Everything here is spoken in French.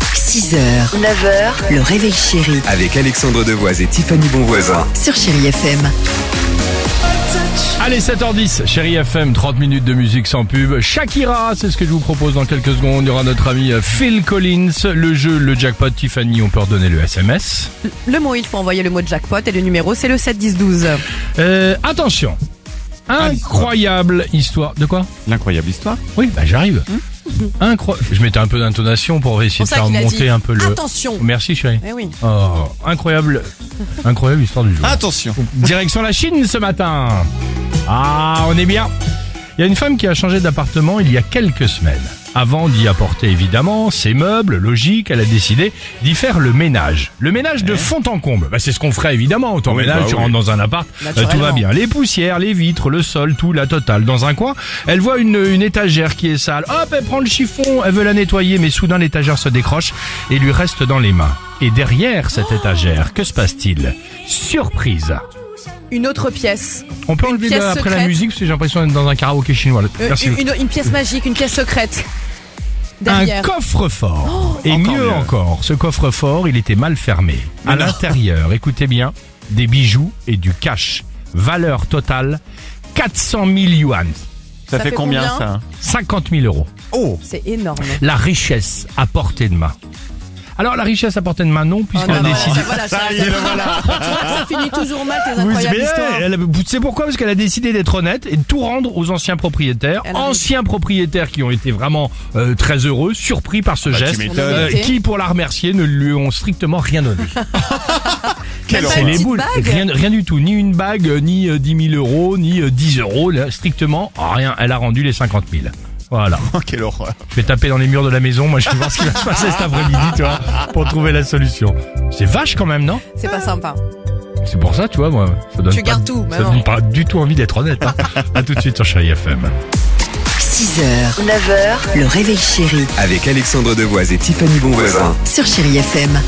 6h, 9h, le réveil chéri Avec Alexandre Devoise et Tiffany Bonvoisin. sur Chéri FM. Allez, 7h10, chérie FM, 30 minutes de musique sans pub. Shakira, c'est ce que je vous propose dans quelques secondes. Il y aura notre ami euh, Phil Collins, le jeu, le jackpot, Tiffany, on peut redonner le SMS. Le mot, il faut envoyer le mot jackpot et le numéro, c'est le 7 10 12. Euh, attention, incroyable histoire. De quoi L'incroyable histoire. Hein? Oui, bah j'arrive. Incro... Je mettais un peu d'intonation pour essayer de ça faire qu'il a monter dit, un peu le... Attention. Merci chérie. Eh oui. Oh, incroyable, incroyable histoire du jour. Attention. Direction la Chine ce matin. Ah, on est bien. Il y a une femme qui a changé d'appartement il y a quelques semaines. Avant d'y apporter évidemment ses meubles, logique, elle a décidé d'y faire le ménage. Le ménage de fond en comble. Bah, c'est ce qu'on ferait évidemment. Autant Oui, ménage, bah tu oui. rentres dans un appart, euh, tout va Naturellement. bien. Les poussières, les vitres, le sol, tout, la totale. Dans un coin, elle voit une, une étagère qui est sale. Hop, elle prend le chiffon, elle veut la nettoyer, mais soudain l'étagère se décroche et lui reste dans les mains. Et derrière cette étagère, que se passe-t-il Surprise Une autre pièce. on peut enlever pièce de- après la secrète. musique parce que j'ai l'impression d'être dans un karaoké chinois. là. Euh, Merci. une, une pièce magique, une pièce secrète. Un Derrière. Oh coffre-fort. Et mieux, encore mieux. encore, ce coffre-fort, il était mal fermé. à non. l'intérieur, écoutez bien, des bijoux et du cash. Valeur totale 400 000 yuan, Ça, fait, combien, ça 50 000 euros. Oh C'est énorme. La richesse à portée de main. Alors la richesse à portée de main, non, Oh, puisqu'on non, a non, décidé. ça, voilà, ça, Ça y est, ça- le voilà. Tu vois que ça finit toujours mal tes Oui, incroyables mais histoires. elle a- C'est pourquoi Parce qu'elle a décidé d'être honnête et de tout rendre aux anciens propriétaires. Elle a raison. Anciens propriétaires qui ont été vraiment euh, très heureux, surpris par ce bah, tu geste, euh, m'étonnes. qui, pour la remercier, ne lui ont strictement rien donné. Quelle Même pas C'est une les petite boules. bague Rien, rien du tout. Ni une bague, euh, ni euh, 10 000 euros, ni euh, 10 euros. là, strictement rien. Elle a rendu les 50 000. Voilà. horreur. Quelle horreur. Je vais taper dans les murs de la maison. Moi, je vais voir ce qui va se passer cet après-midi, tu vois, pour trouver la solution. C'est vache quand même, non C'est pas sympa. c'est pour ça, tu vois, moi, ça donne Tu pas, gardes tout, ça maman. donne pas du tout envie d'être honnête. hein. à tout de suite sur Chérie FM. 6h, 9h, le réveil chéri Avec Alexandre Devoise et Tiffany Bonvoisin. sur Chéri FM.